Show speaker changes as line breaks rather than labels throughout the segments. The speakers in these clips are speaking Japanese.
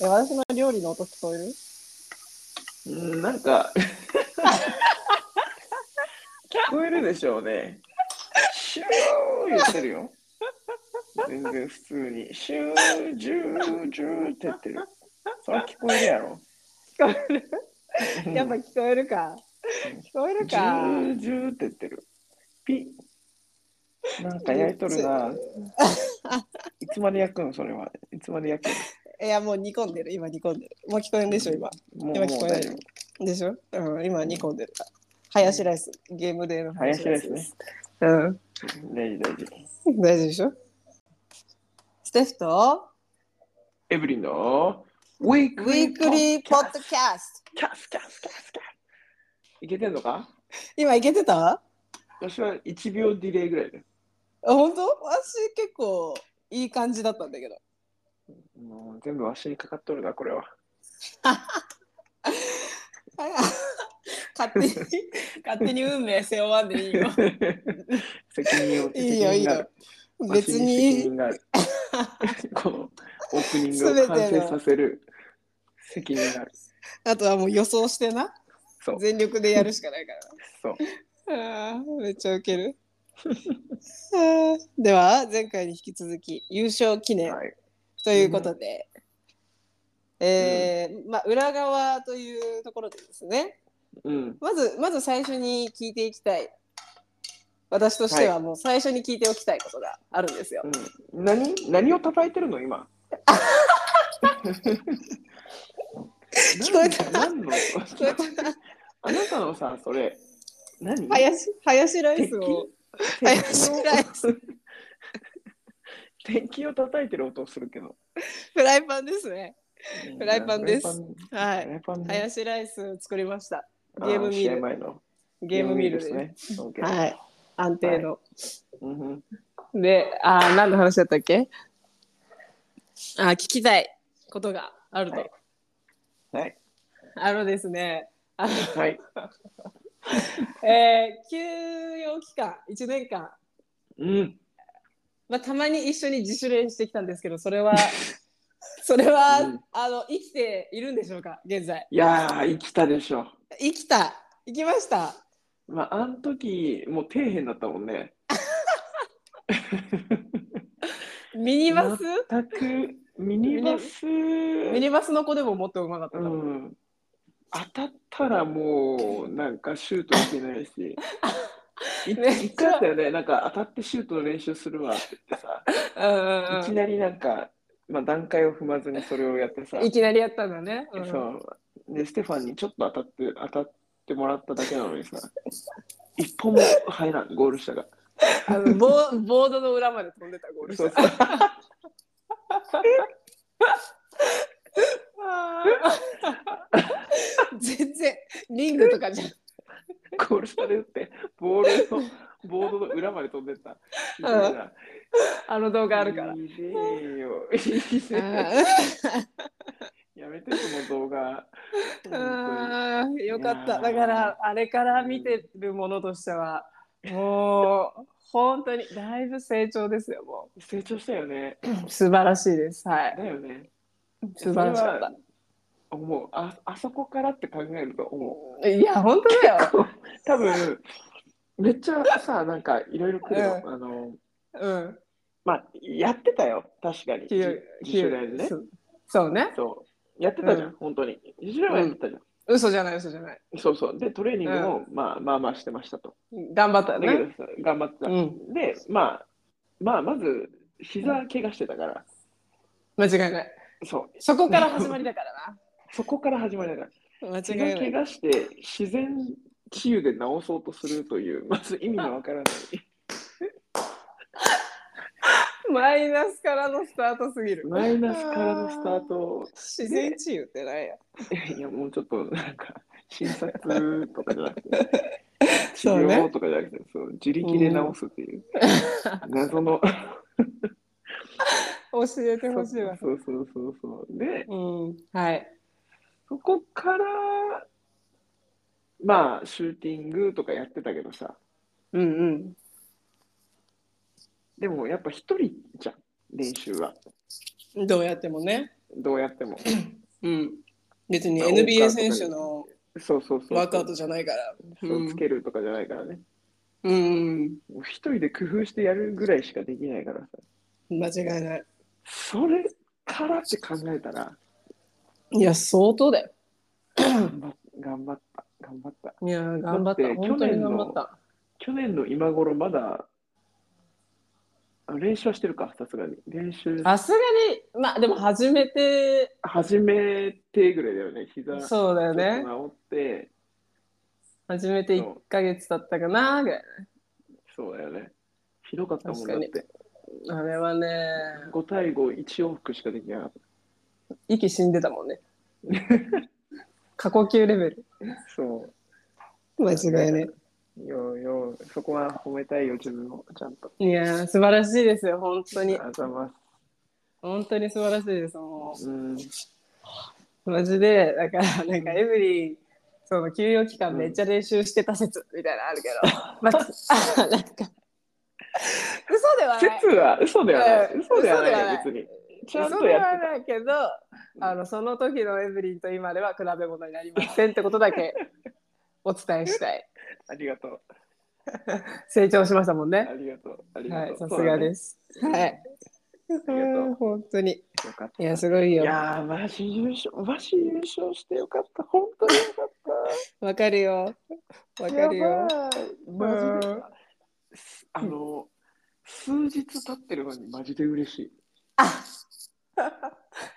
え、私の料理の音聞こえる
うん、なんか聞こえるでしょうね。シュー言ってるよ。全然普通に。シュー、ジュー、ジューって言ってる。それ聞こえるやろ。
聞こえる
うん
やっぱ聞こえるか。聞こえる
ジ
か。
ュー、ジューって言ってる。ピなんか焼いとるな。いつまで焼くのそれは。いつまで焼く
いや、もう煮込んでる。今煮込んでる。もう聞こえんでしょ、今。
のもう
今聞
も
こ
う
え
大
る
丈夫。
でしょうん、今煮込んでる。ハヤシライス。ゲームデーのハヤシライスです。うん。
大事大事。
大丈夫でしょステフと
エブリンのウィー
ウィークリーポッドキャスト。
キャスキャスキャスキャスいけてんのか
今いけてたあ
私は1秒ディレイぐらいだよ。
本当私結構いい感じだったんだけど。
もう全部わしにかかっとるな、これは。
はい 勝手に、勝手に運命背負わんでいいよ。
責任を
いいよ、いいよ。別
責
に、
任があ る。このオープニングを完成させる責任がある。
あとはもう予想してな。
そう、
全力でやるしかないから。
そう。
あーめっちゃウケる。あーでは前回に引き続き優勝記念
はい。
ということで、えーまあ、裏側というところでですね
うん。
まずまず最初に聞いていきたい私としてはもう最初に聞いておきたいことがあるんですよ。
うん、何何を叩いてるの 今聞
こえた
何の
こえた
あなたのさ、それ、何
林林ライスを林ライス
天気を叩いてる音をするけど。
フライパンですね。フライパンですは
はい。
い。
フライパンね
林ライス作りました。
あ
ゲームミ
試
ル
合前の
ゲームミルです
ゲーム
ね。
ミルですね。OK
はい。安定の。
うんうん
で、あー、何の話だったっけあー、聞きたいことがあると。
はいはい。
あのですね、あの
はい。
えー休養期間、1年間、
うん。
まあ、たまに一緒に自主練してきたんですけど、それ は、それは、
うん
あの、生きているんでしょうか、現在。
いやー、生きたでしょ。
生きた、生きました。
まあ、あの時、もう底辺だったもんね。
ミニバス、
全くミニバス。
ミニバスの子でももっとうまかった
う
な、
ん。当たったらもう、なんかシュートいけないし。い
めっちゃ
一回あったよね、なんか当たってシュートの練習するわって言ってさ、
うん
いき
うん
なりなんか、まあ、段階を踏まずにそれをやってさ
うん、い、きなりやったんだね。うん
そうでステファンにちょっと当たって当たってもらっただけなのにさ、一本も入らん、ゴール下が。
あのボーボードの裏まで飛んでたゴールした。
そうそう
あー全然リングとかじゃん。
ゴール下で打って、ボールのボードの裏まで飛んでった。
うんあの動画あるから
い。いねよ。いいねやめてその動画。本
あーよかっ
いや
た。
ー
だからあれから見てるものとしてはもう本当にだいぶ成長ですよ。も
当に成長したよね。
う素晴らしいです。はい。
だよね。
素晴らしかっ
思うああそこからって考えると思
た。いや本当だよ。
う。多分めっちゃさなんかいろいろ来るよ。
う
あの
うん。
まあやってたよ確かに。
ひどい
自自主練ね
そ。うそうね。
そうやってたじゃん、
う
本当に。自主練はやってたじゃん。
嘘じゃない嘘じゃない。
そうそうでトレーニングも、まあまあまあしてましたと。
頑張った
だけど
ね。
さ頑張ってた。
うん。
でまあまあまず膝怪我してたから。
間違いない。
そう
そこから始まりだから
そこから始まりだから。
な。間
血
違
が
いな
怪
い。
我して自然治癒で治そうとするというまず意味のわからない
マイナスからのスタートすぎる。
マイナスからのスタート
自然治癒ってないや。
いやもうちょっとなんか診察とかじゃなくて 治
そうね
療とかじゃなくてそう自力で治すっていう、謎の
教えて
そう
ほし
そ
いわ
う。そうそうそうで
うん。はい。
そこからまあシューティングとかやってたけどさ
うんうん。
でもやっぱ一人じゃん練習は
どうやってもね。
どうやっても。
うん。別に
まあ音感
NBA
とか
選
に
手の
そうそうそう。
ワークアウトじゃないから。
そう
うん
つけるとかじゃないからね。
うん。
もう一人で工夫してやるぐらいしかできないからさ。
間違いない。
それからって考えたら、
いや、相当だよ。
頑張っ頑張った、頑張った。
いや、頑張っ
だ
た。
って
本当に頑張っ
去年
た。
去年の今頃まだ、あ練習はしてるか、さすがに。練習
さすがに、まあでも初めて、
始めてぐらいだよね、膝ちょっ
そうだよ
と
ね。
治って、
初めて1ヶ月経ったかな、ぐらい。
そうだよね。ひどかったもんだって。
あれはね、
5対5、1往復しかできなかっ
息死んでたもんね。過呼吸レベル。
た。そう。
間違いね。
よよそこは褒めたいよ、自分を。ちゃんと。
いやー、素晴らしいですよ、本当に。
あざま
本当に素晴らしいです。も
す。うん。
うマジで、だから、なんか、エブリン、その休養期間めっちゃ練習してた説みたいなのあるけ ど、まあ、なんか、嘘ではない。
説は嘘ではない。
うん
嘘では
嘘ではな
ないい、別に。ちゃん
嘘
と
で
や
は
って
ないけど、あの、その時のエブリンと今では比べ物になりませんってことだけお伝えした い。
た。ありがとう。
成長しましたもんね
あ。りがとう。ありが
は
と
い、
う。
さすがです。
そうだね
はい。
ありがとう
本当に。
そうだねよかった。
いや、すごい
い
よ。
やー、マジ優勝、マジ優勝してよかった。本当によかっ
わかるよ。わ
た。
かるよ。
やばい。マジ
う
で
ん。
すあの、数日経ってるのにマジで嬉しい。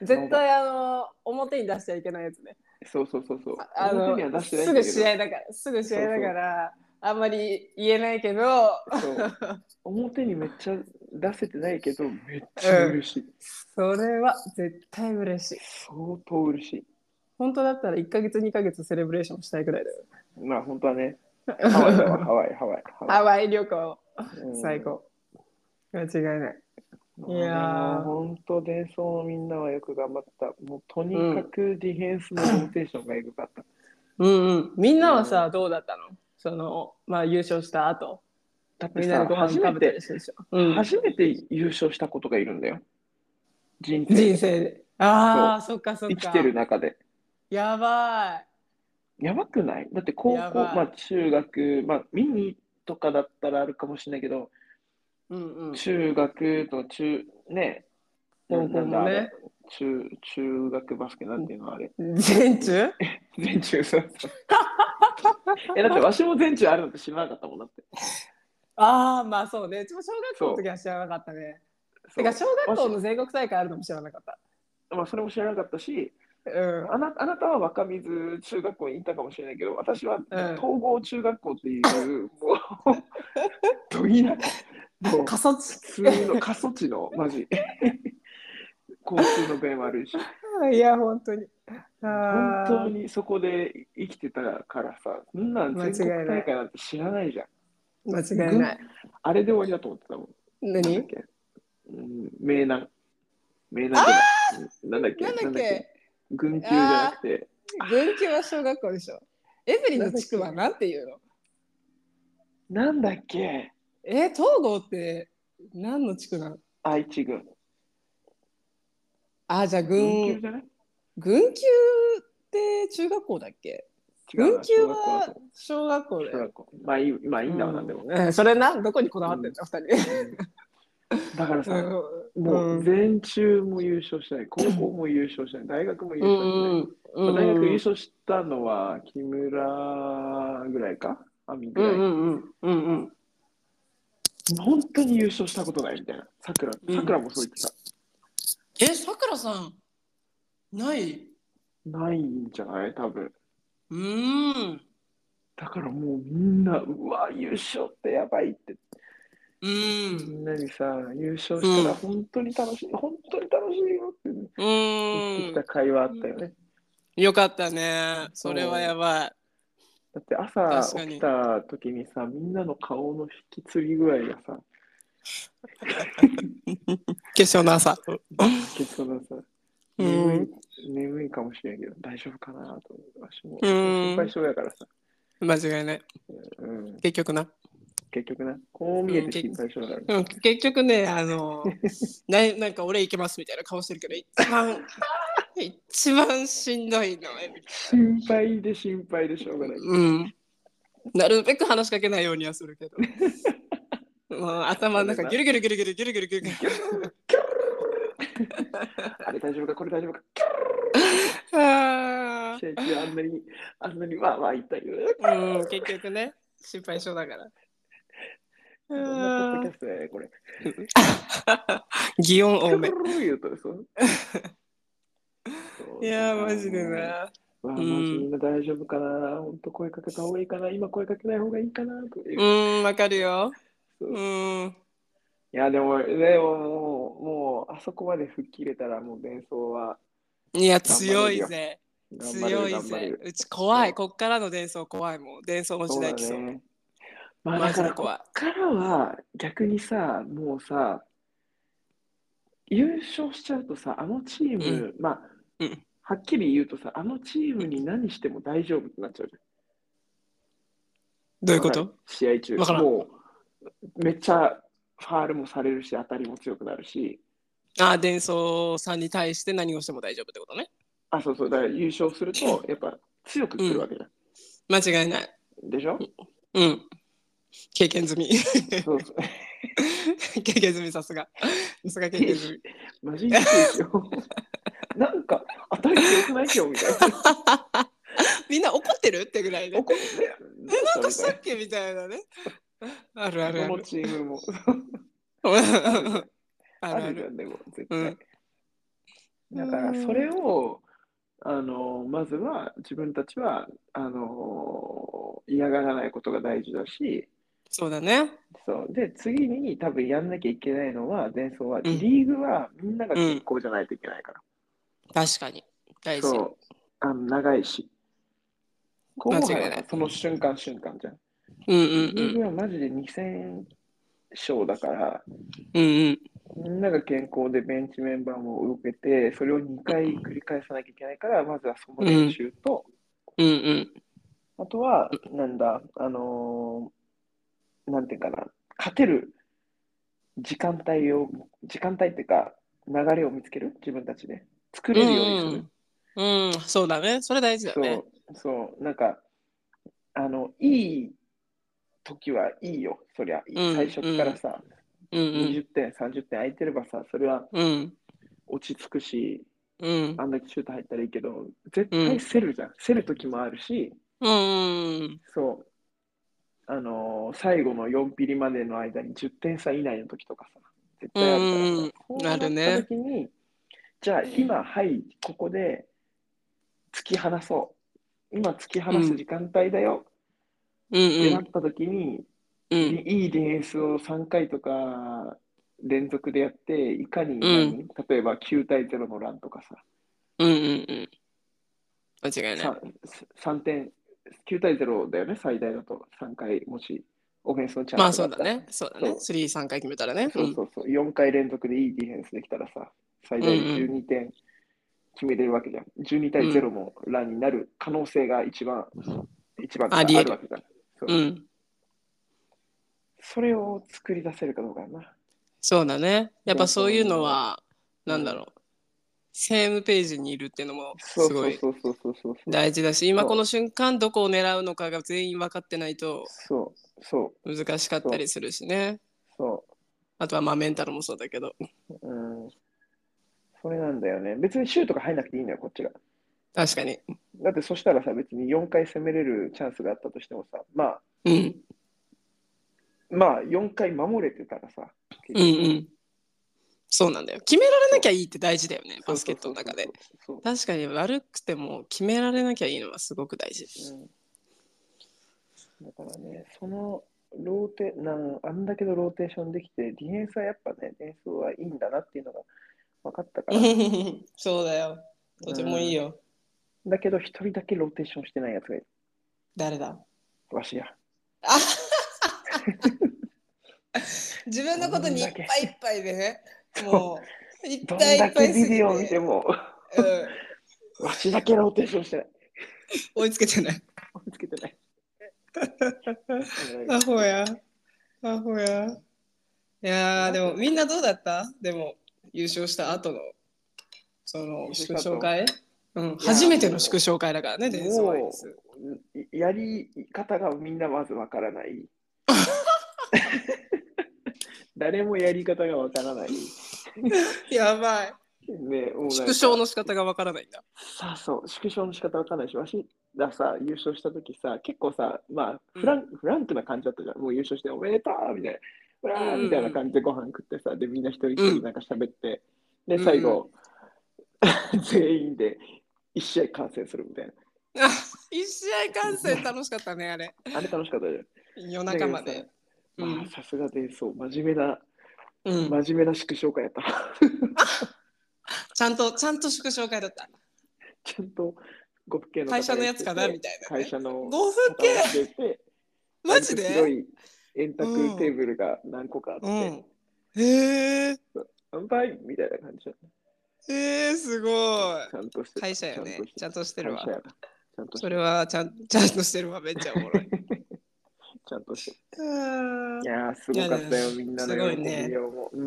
絶対あの表に出しちゃいけないやつね。
そうそうそうそう。
あの
表には出してない
す
んだ
ぐ
けど
試合だから、すぐ試合だから、あんまり言えないけど、
そう表にめっちゃ出せてないけど、めっちゃ嬉しい。
それは絶対嬉しい。
相当嬉しい。
本当だったら1ヶ月2ヶ月セレブレーションしたいくらいだよ。
まあ本当はね、ハワイだわ、 ハワイ、ハワイ。ハワ イ
ハワイ旅行、
うん
最高。間違いない。いやー
あの本当、デンソーのみんなはよく頑張った。もうとにかくディフェンスのローテーションがエグかった。
うんうん。みんなはさ、どうだったのその、まあ優勝した後、
だって
みんな
さ
でご飯
初
食
め
べた
て
り、するでしょ。うん、
初めて優勝したことがいるんだよ。人生
人生で。ああ、そっかそっ
生
か。
きてる中で。
やばい。
やばくないだって高校、
やばい
まあ中学、まあミニとかだったらあるかもしれないけど、
うんうん。
中学と中、ね、
高校
なんだ
も
あ
ね
れ。中、中学バスケなんていうの あれ。
全中
全中そうそう。 え、だってわしも全中あるのって知らなかったもんだって。
ああ、まあそうね。うちも小学校の時は知らなかったね。
そう
てか、小学校
わ
の全国大会あるのも知らなかった。
しまあ、それも知らなかったし
うん。
あな、あなたは若水中学校にいたかもしれないけど、私は
うん
統合中学校っていう、 もう、どぎな、もう、
過疎地。
普通の過疎地の、マジ、交通の便悪いし、
いや、本当に。
本
あ
当
ー
にそこで生きてたからさ、そんなん全
間違い
国
ない
大会なんて知らないじゃん。
間違いない。
あれで終わりだと思ってたもん。なんだっ
何
けうん、名南。名南じゃないうんなんだっけ
なんだっけ
軍球じゃなくて、
文系は小学校でしょ。エブリンの地区はなんていうの
なんだっけ
えー、東郷って何の地区なの
愛知軍。
あー、じゃあ
軍球
軍、
じゃない
軍級って中学校だっけ
違うな
文系は小学校
小
だ
学校だと思う小
よ。
学校まあいい、まあいいんだわ、なんでも。
うんそれな、どこにこだわってんの、二人。
だからさ、
うん
もう全中も優勝してない、高校も優勝してない、大学も優勝してない。まあ大学優勝したのは木村ぐらいかあみぐらい、本当に優勝したことないみたいな。さくら、
うん
さくらもそう言ってた。
えさくらさんない
ないんじゃない多分。
うーん
だからもうみんな、うわ、優勝ってやばいって、
うー
み
ん
んなにさ、優勝した
う
ら
ん
本当に楽しい、本当に楽しいよって
う
言ってき
ー
た会話あったよね。
んよかったねそれはやばい
だって朝
確か
起
に
きた時にさ、みんなの顔の引き継ぎ具合がさ、
決勝の朝
結構さ、
うん
眠い、眠いかもしれんけど、大丈夫かなと思って、私も
うん
心配性やからさ、
間違いない
うん、
結局な、
結局な、こう見えて心配性だから、
うん、結局ねあのななんか俺行けますみたいな顔してるけど一番一番しんどいのエブリ
心配で心配でしょうがない。
うんなるべく話しかけないようにはするけどもう頭の中ギュルギュルギュルギュルギュルギュルギュルギュ
あれ大丈夫かこれ大丈夫か
ルあ
最近あんなに、あんなにわーわー言ったり。
ーうん結局ね心配性だから
どんなポッドキャストやねこれ。
擬音多
多
め
め。言うとそう。
いやーマジで
ね。
な
わあ、
う
マジ
ん
みんな大丈夫かな。本当声かけた方がいいかな。今声かけない方がいいかな。とか言う
うんわかるよ
そう
う
い
ん
や、でも、でも、もう、もうあそこまで吹っ切れたら、もう伝送はい
や強いぜ
頑張れ
強
る。
い
頑張れ
ぜ
る。
うち怖
そ
いうこっからの伝送怖いもん伝送の
そ
時
うだ
代来そう
ね。まあ、
マ
だ
ジ
か
で
ら、こ
怖い
っからは逆にさ、もうさ、優勝しちゃうとさ、あのチーム、まあ、
うん
はっきり言うとさ、あのチームに何しても大丈夫ってなっちゃうじゃん。
どういうこ
わ
と
かる試合中、
わからん
もう、めっちゃファールもされるし、当たりも強くなるし、
ああ伝送さんに対して何をしても大丈夫ってことね
あ、そうそう、だから優勝すると、やっぱ強くくるわけじゃん。
間違いない
でしょ
うん。経験済み。
そうそう。
経験済み、さすが。さすが経験済み。
マジでですよ。 なんか、当たり強くないよ、みたい な。
みんな怒ってるってぐらいで。
怒って。
え、なんかした
さ
っけみたいなね。あるあるあ
この
る。
チームも。
あ
あ
るあ
るじゃ
る。
ん、でも、絶
う
対
ん。
だから、それを、あの、まずは、自分たちは、あの、嫌がらないことが大事だし、
そうだね。
そう。で、次に多分やんなきゃいけないのは、前走は、
ん
リーグはみんなが健康じゃないといけないから。
確かに。大事。
そう。あの、長いし。後
間違い
半
ない
はその瞬間瞬間じゃん。
うんうんう
リー
ん。
グはマジで2000勝だから、
うんうん。
みんなが健康でベンチメンバーも動けて、それを2回繰り返さなきゃいけないから、まずはその練習と、
うんうん。
あとは、なんだ、あのーなんていうかな、勝てる時間帯を、時間帯っていうか、流れを見つける、自分たちで。作れるようにする。
うん、そうだね。それ大事だよね。
そう、そう、なんか、あの、いい時はいいよ、そり
ん
ゃ。最初からさ、
うんうん。
20点、30点空いてればさ、それは
うん。
落ち着くし、
うん。
あんだけシュート入ったらいいけど、絶対競るじゃん。競る時もあるし、
うん。
そう。あのー最後の4ピリまでの間に10点差以内の時とかさ、絶対あるからさ
うんうん
そう
なるね
なった時に、じゃあ今、はい、ここで突き放そう。今突き放す時間帯だよ
うん
って
う。
なんった時に、
うん。
いいディフェンスを3回とか連続でやって、いかに、
ん
例えば9対0のランとかさ、
うんうんうん。間違いない。
さ3点、9対0だよね、最大だと3回、もしオフェンスのチャンス
まあそう
が
だ
ったら
ね。そうだね。スリー3回決めたらね。
そうそうそう、4回連続でいいディフェンスできたらさ、最大12点決めれるわけじゃん。12対0のランになる可能性が一番、一番
ありえる
わけじゃん。そう
うん。うん。
それを作り出せるかどうかだな。
そうだね。やっぱそういうのは、
うん
なんだろう。セームページにいるっていうのもす
そう
ご
そう
い
そうそうそうそう。
大事だし、
そ
今
う
この瞬間どこを狙うのかが全員分かってないと
そうそう
難しかったりするしね。
そ
あとはまあメンタルもそうだけど。
う。うん。それなんだよね。別にシュートが入んなくていいのよ、こっちが。
確かに。
だってそしたらさ、別に4回攻めれるチャンスがあったとしてもさ、まあ、
うん。
まあ4回守れてたらさ、
うんうん。そうなんだよ。決められなきゃいいって大事だよね。バスケットの中で。
そう。
確かに悪くても決められなきゃいいのはすごく大事。
うんだからね、そのローテなん、あんだけどローテーションできて、ディフェンスはやっぱね、ディフェンスはいいんだなっていうのが分かったから、
そうだよ。とてもいいよ。
だけど一人だけローテーションしてないやつがいる。
誰だ
わしや。
あ 自分のことにいっぱいいっぱいでね、もう いっ
どん
ぱいい
だ
っぱ
け
いすぎ
ビ
て
デオを見ても、
うん
わしだけローテーションしてない。
追いつけてない。
追いつけ てない。
アホや。アホや。いやー、でもみんなどうだったでも優勝した後の、その
よし
祝勝会、うん、
いや
初めての祝勝会だからね、デンソーアイリス。
いやり方がみんなまずわか らない。誰もやり方がわからない。
やばい。
ね、もうなんか
縮小の仕方がわからないんだ。
さあそう、縮小の仕方わかんないし、わしがさ、優勝したときさ、結構さ、まあ
うん
フラン、フランクな感じだったじゃん。もう優勝して、おめでとうみたいな、うわ
うんう
ー
ん
みたいな感じでご飯食ってさ、で、みんな一人一人なんか喋って、
ん
で、最後、 全員で一試合観戦するみたい
あ一試合観戦楽しかったね、あれ。
な。あれ楽しかったじゃ ん。
夜中まで。う
まあ
ん。
さすがでそう真面目な、
うん、
真面目な祝勝会やった
ちゃんと、ちゃんと縮小会だった。
ちゃんと呉服系の方が
会社のやつかなみたいな、ね。
会社の
ゴフ
方
系
が出て
マジ
割と
で
広い円卓テーブルが何個かあって、
うん。へえ。
乾杯みたいな感じだった
へえ、すごい。
ちゃんとしてた
会社よね。ち
ちゃ
ゃ
ん
ん
と
と
し
しててるわ
会社。やなちゃんとして
それはちゃん、 ちゃんとしてるわ。めっちゃおも ろい。
ちゃんとして
うん
いやーすごかったよ
いや
みんなの
すごいね
喜びようもうー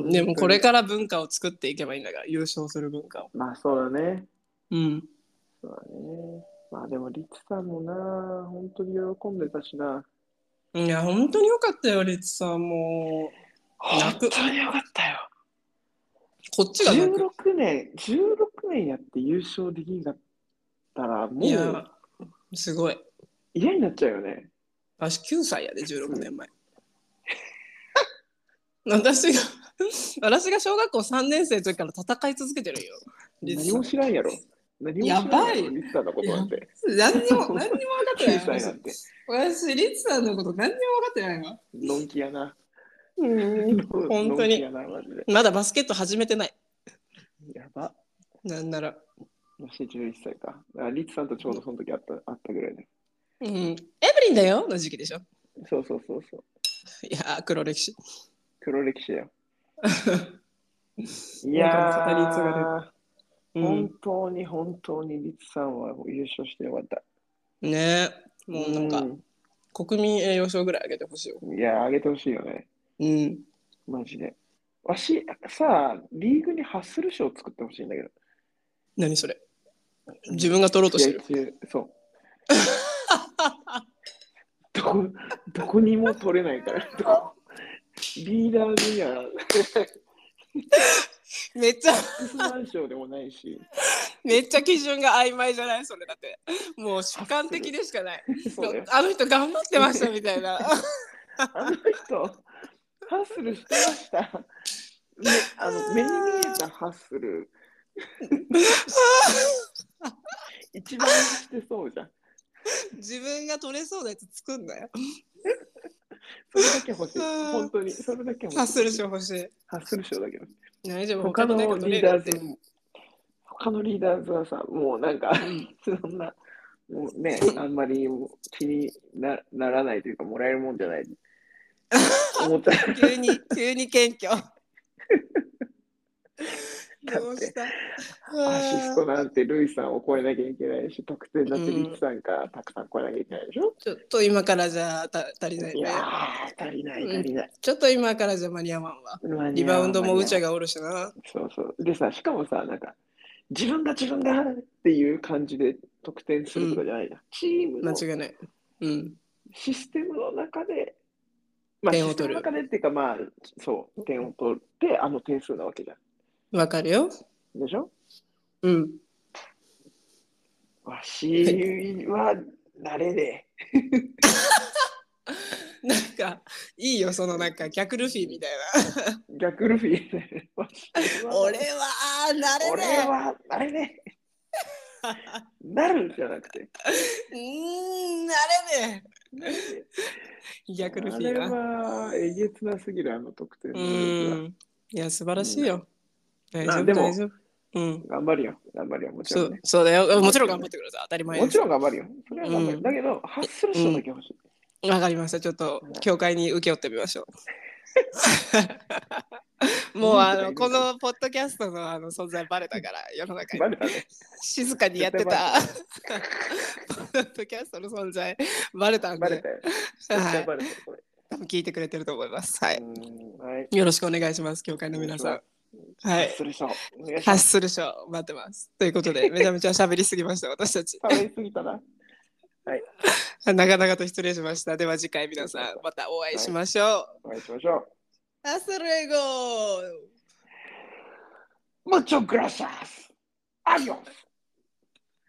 ん
でもこれから文化を作っていけばいいんだから、優勝する文化を。
まあそうだね
うん。
そうだねまあでもリツさんもな本当に喜んでたしない
や、本当によかったよ、リツさん。もう、泣く
本当によかったよ
こっちが泣く。
16年、16年やって優勝できんかったら、も
いや
う、
すごい。
嫌になっちゃうよね。
私9歳やで、16年前。私が、 私が小学校3年生の時から戦い続けてるよ。リツ
何
さん
も知らんやろ。何も知らん
やばい
リツさんのことなんて。
何に も、何にも分かってない
9。歳なんて。
私、リツさんのこと何にも分かってないわ。
のんきやな。
本当
のんき
に。
やな、マジで。
まだバスケット始めてない。
やば。
なんなら。
もし11歳か。あリツさんとちょうどその時あったあったぐらいで。
うん。エブリンだよの時期でしょ。
そうそうそうそう。
いやー、黒歴史。
黒歴 史だよ。い
なんか語り継が
やー、
うん
本、当に本当にリツさんはもう優勝してよかった。
ねえ。もうなんか、国民栄誉賞ぐらいあげてほしいよ。
うんいやー、あげてほしいよね。
うん。
マジで。わし、さあ、リーグにハッスル賞を作ってほしいんだけど。
何それ。自分が取ろうとしてる。
試合中、 そう。どこ、どこにも取れないから。どこリーダーには、
めっちゃ、
ハッスマン賞でもないし、
めっちゃ基準が曖昧じゃないそれだって。もう主観的でしかない。
そうだよ。
あの人頑張ってましたみたいな。
あの人、ハッスルしてました。ね、あの目に見えたハッ スル。一番してそうじゃん。
自分が取れそうなやつ作んなよ。
それだけ欲しい。本当に、それだけ欲しい。
ハッスル賞。欲しい。
ハッスル賞だけど。
大丈夫。
他の
なんか取
リ
れ
ー
る
ダ
っ
ー
て
ズも、他のリーダーズはさ、もうなんか、 そんな、もうね、あんまりもう気になならないというか、もらえるもんじゃ ない。思ったら、
急に、急に謙 虚。どうした
アシストなんてルイさんを超えなきゃいけないし、得点だってリッツさんがたくさん超えなきゃいけないでしょ。
ちょっと今からじゃた足りない
い
ね
や。ー、足りない、足りない。
ちょっと今からじゃ間に合わんわ。
間に合わん
リバウンドもうちゃ
間に
がおるしな。
合わんそうそう。でさ、しかもさ、なんか、自分が自分がっていう感じで得点するとかじゃないな。チーム
間
の
違いない。うん。
システムの中で、まあ、
点を取る
システムの中でっていうか、まあ、そう、点を取って、あの点数なわけじゃ
わかるよ。
ん。でしょ
うん。
わしは、慣れで。
なんか、いいよ、そのなんか逆ルフィみたい
逆ルフィで。わし
な。
は
俺は、なれ
俺
ねえ。
は、慣れで。なるじゃなくて。
うーん、なれねえ。逆ルフ
あ
ィ
れ
は。
は、えげつなすぎる、あの得点
う
の率は。
ーん。いや、素晴らしいよ。大丈
あ
夫、
でも
大丈夫。うん。
頑張るよ、頑張るよ、もち
そ
ろん
う
ね。
そうだよ。もちろん頑張ってください。当たり前
も
で
ち
す。
ろん頑張るよ。それは頑張
う
る。
ん
だけど、ハッスル賞だけ欲しい。
わかりました。ちょっと、教会に請け負ってみましょう。もう、あの、このポッドキャストのあの存在バレたから、世の中に
バレたね。
静かにやってたポッドキャストの存在バレたんで
バレたよ。絶対バレたよこれ
多分聞いてくれてると思います。はい、
うんはい。
よろしくお願いします、教会の皆さん。はい
それさ、お願いし
ハ
ま
ッ
す。
スルショー待ってます。ということ で、めちゃめちゃ喋りすぎました、私たち。
喋りすぎたな。
なかなかと失礼しました。では次回皆さん、またお会いしましょう。
お会いしましょ
Hasta luego.
う。もちろんグラシャスアディオス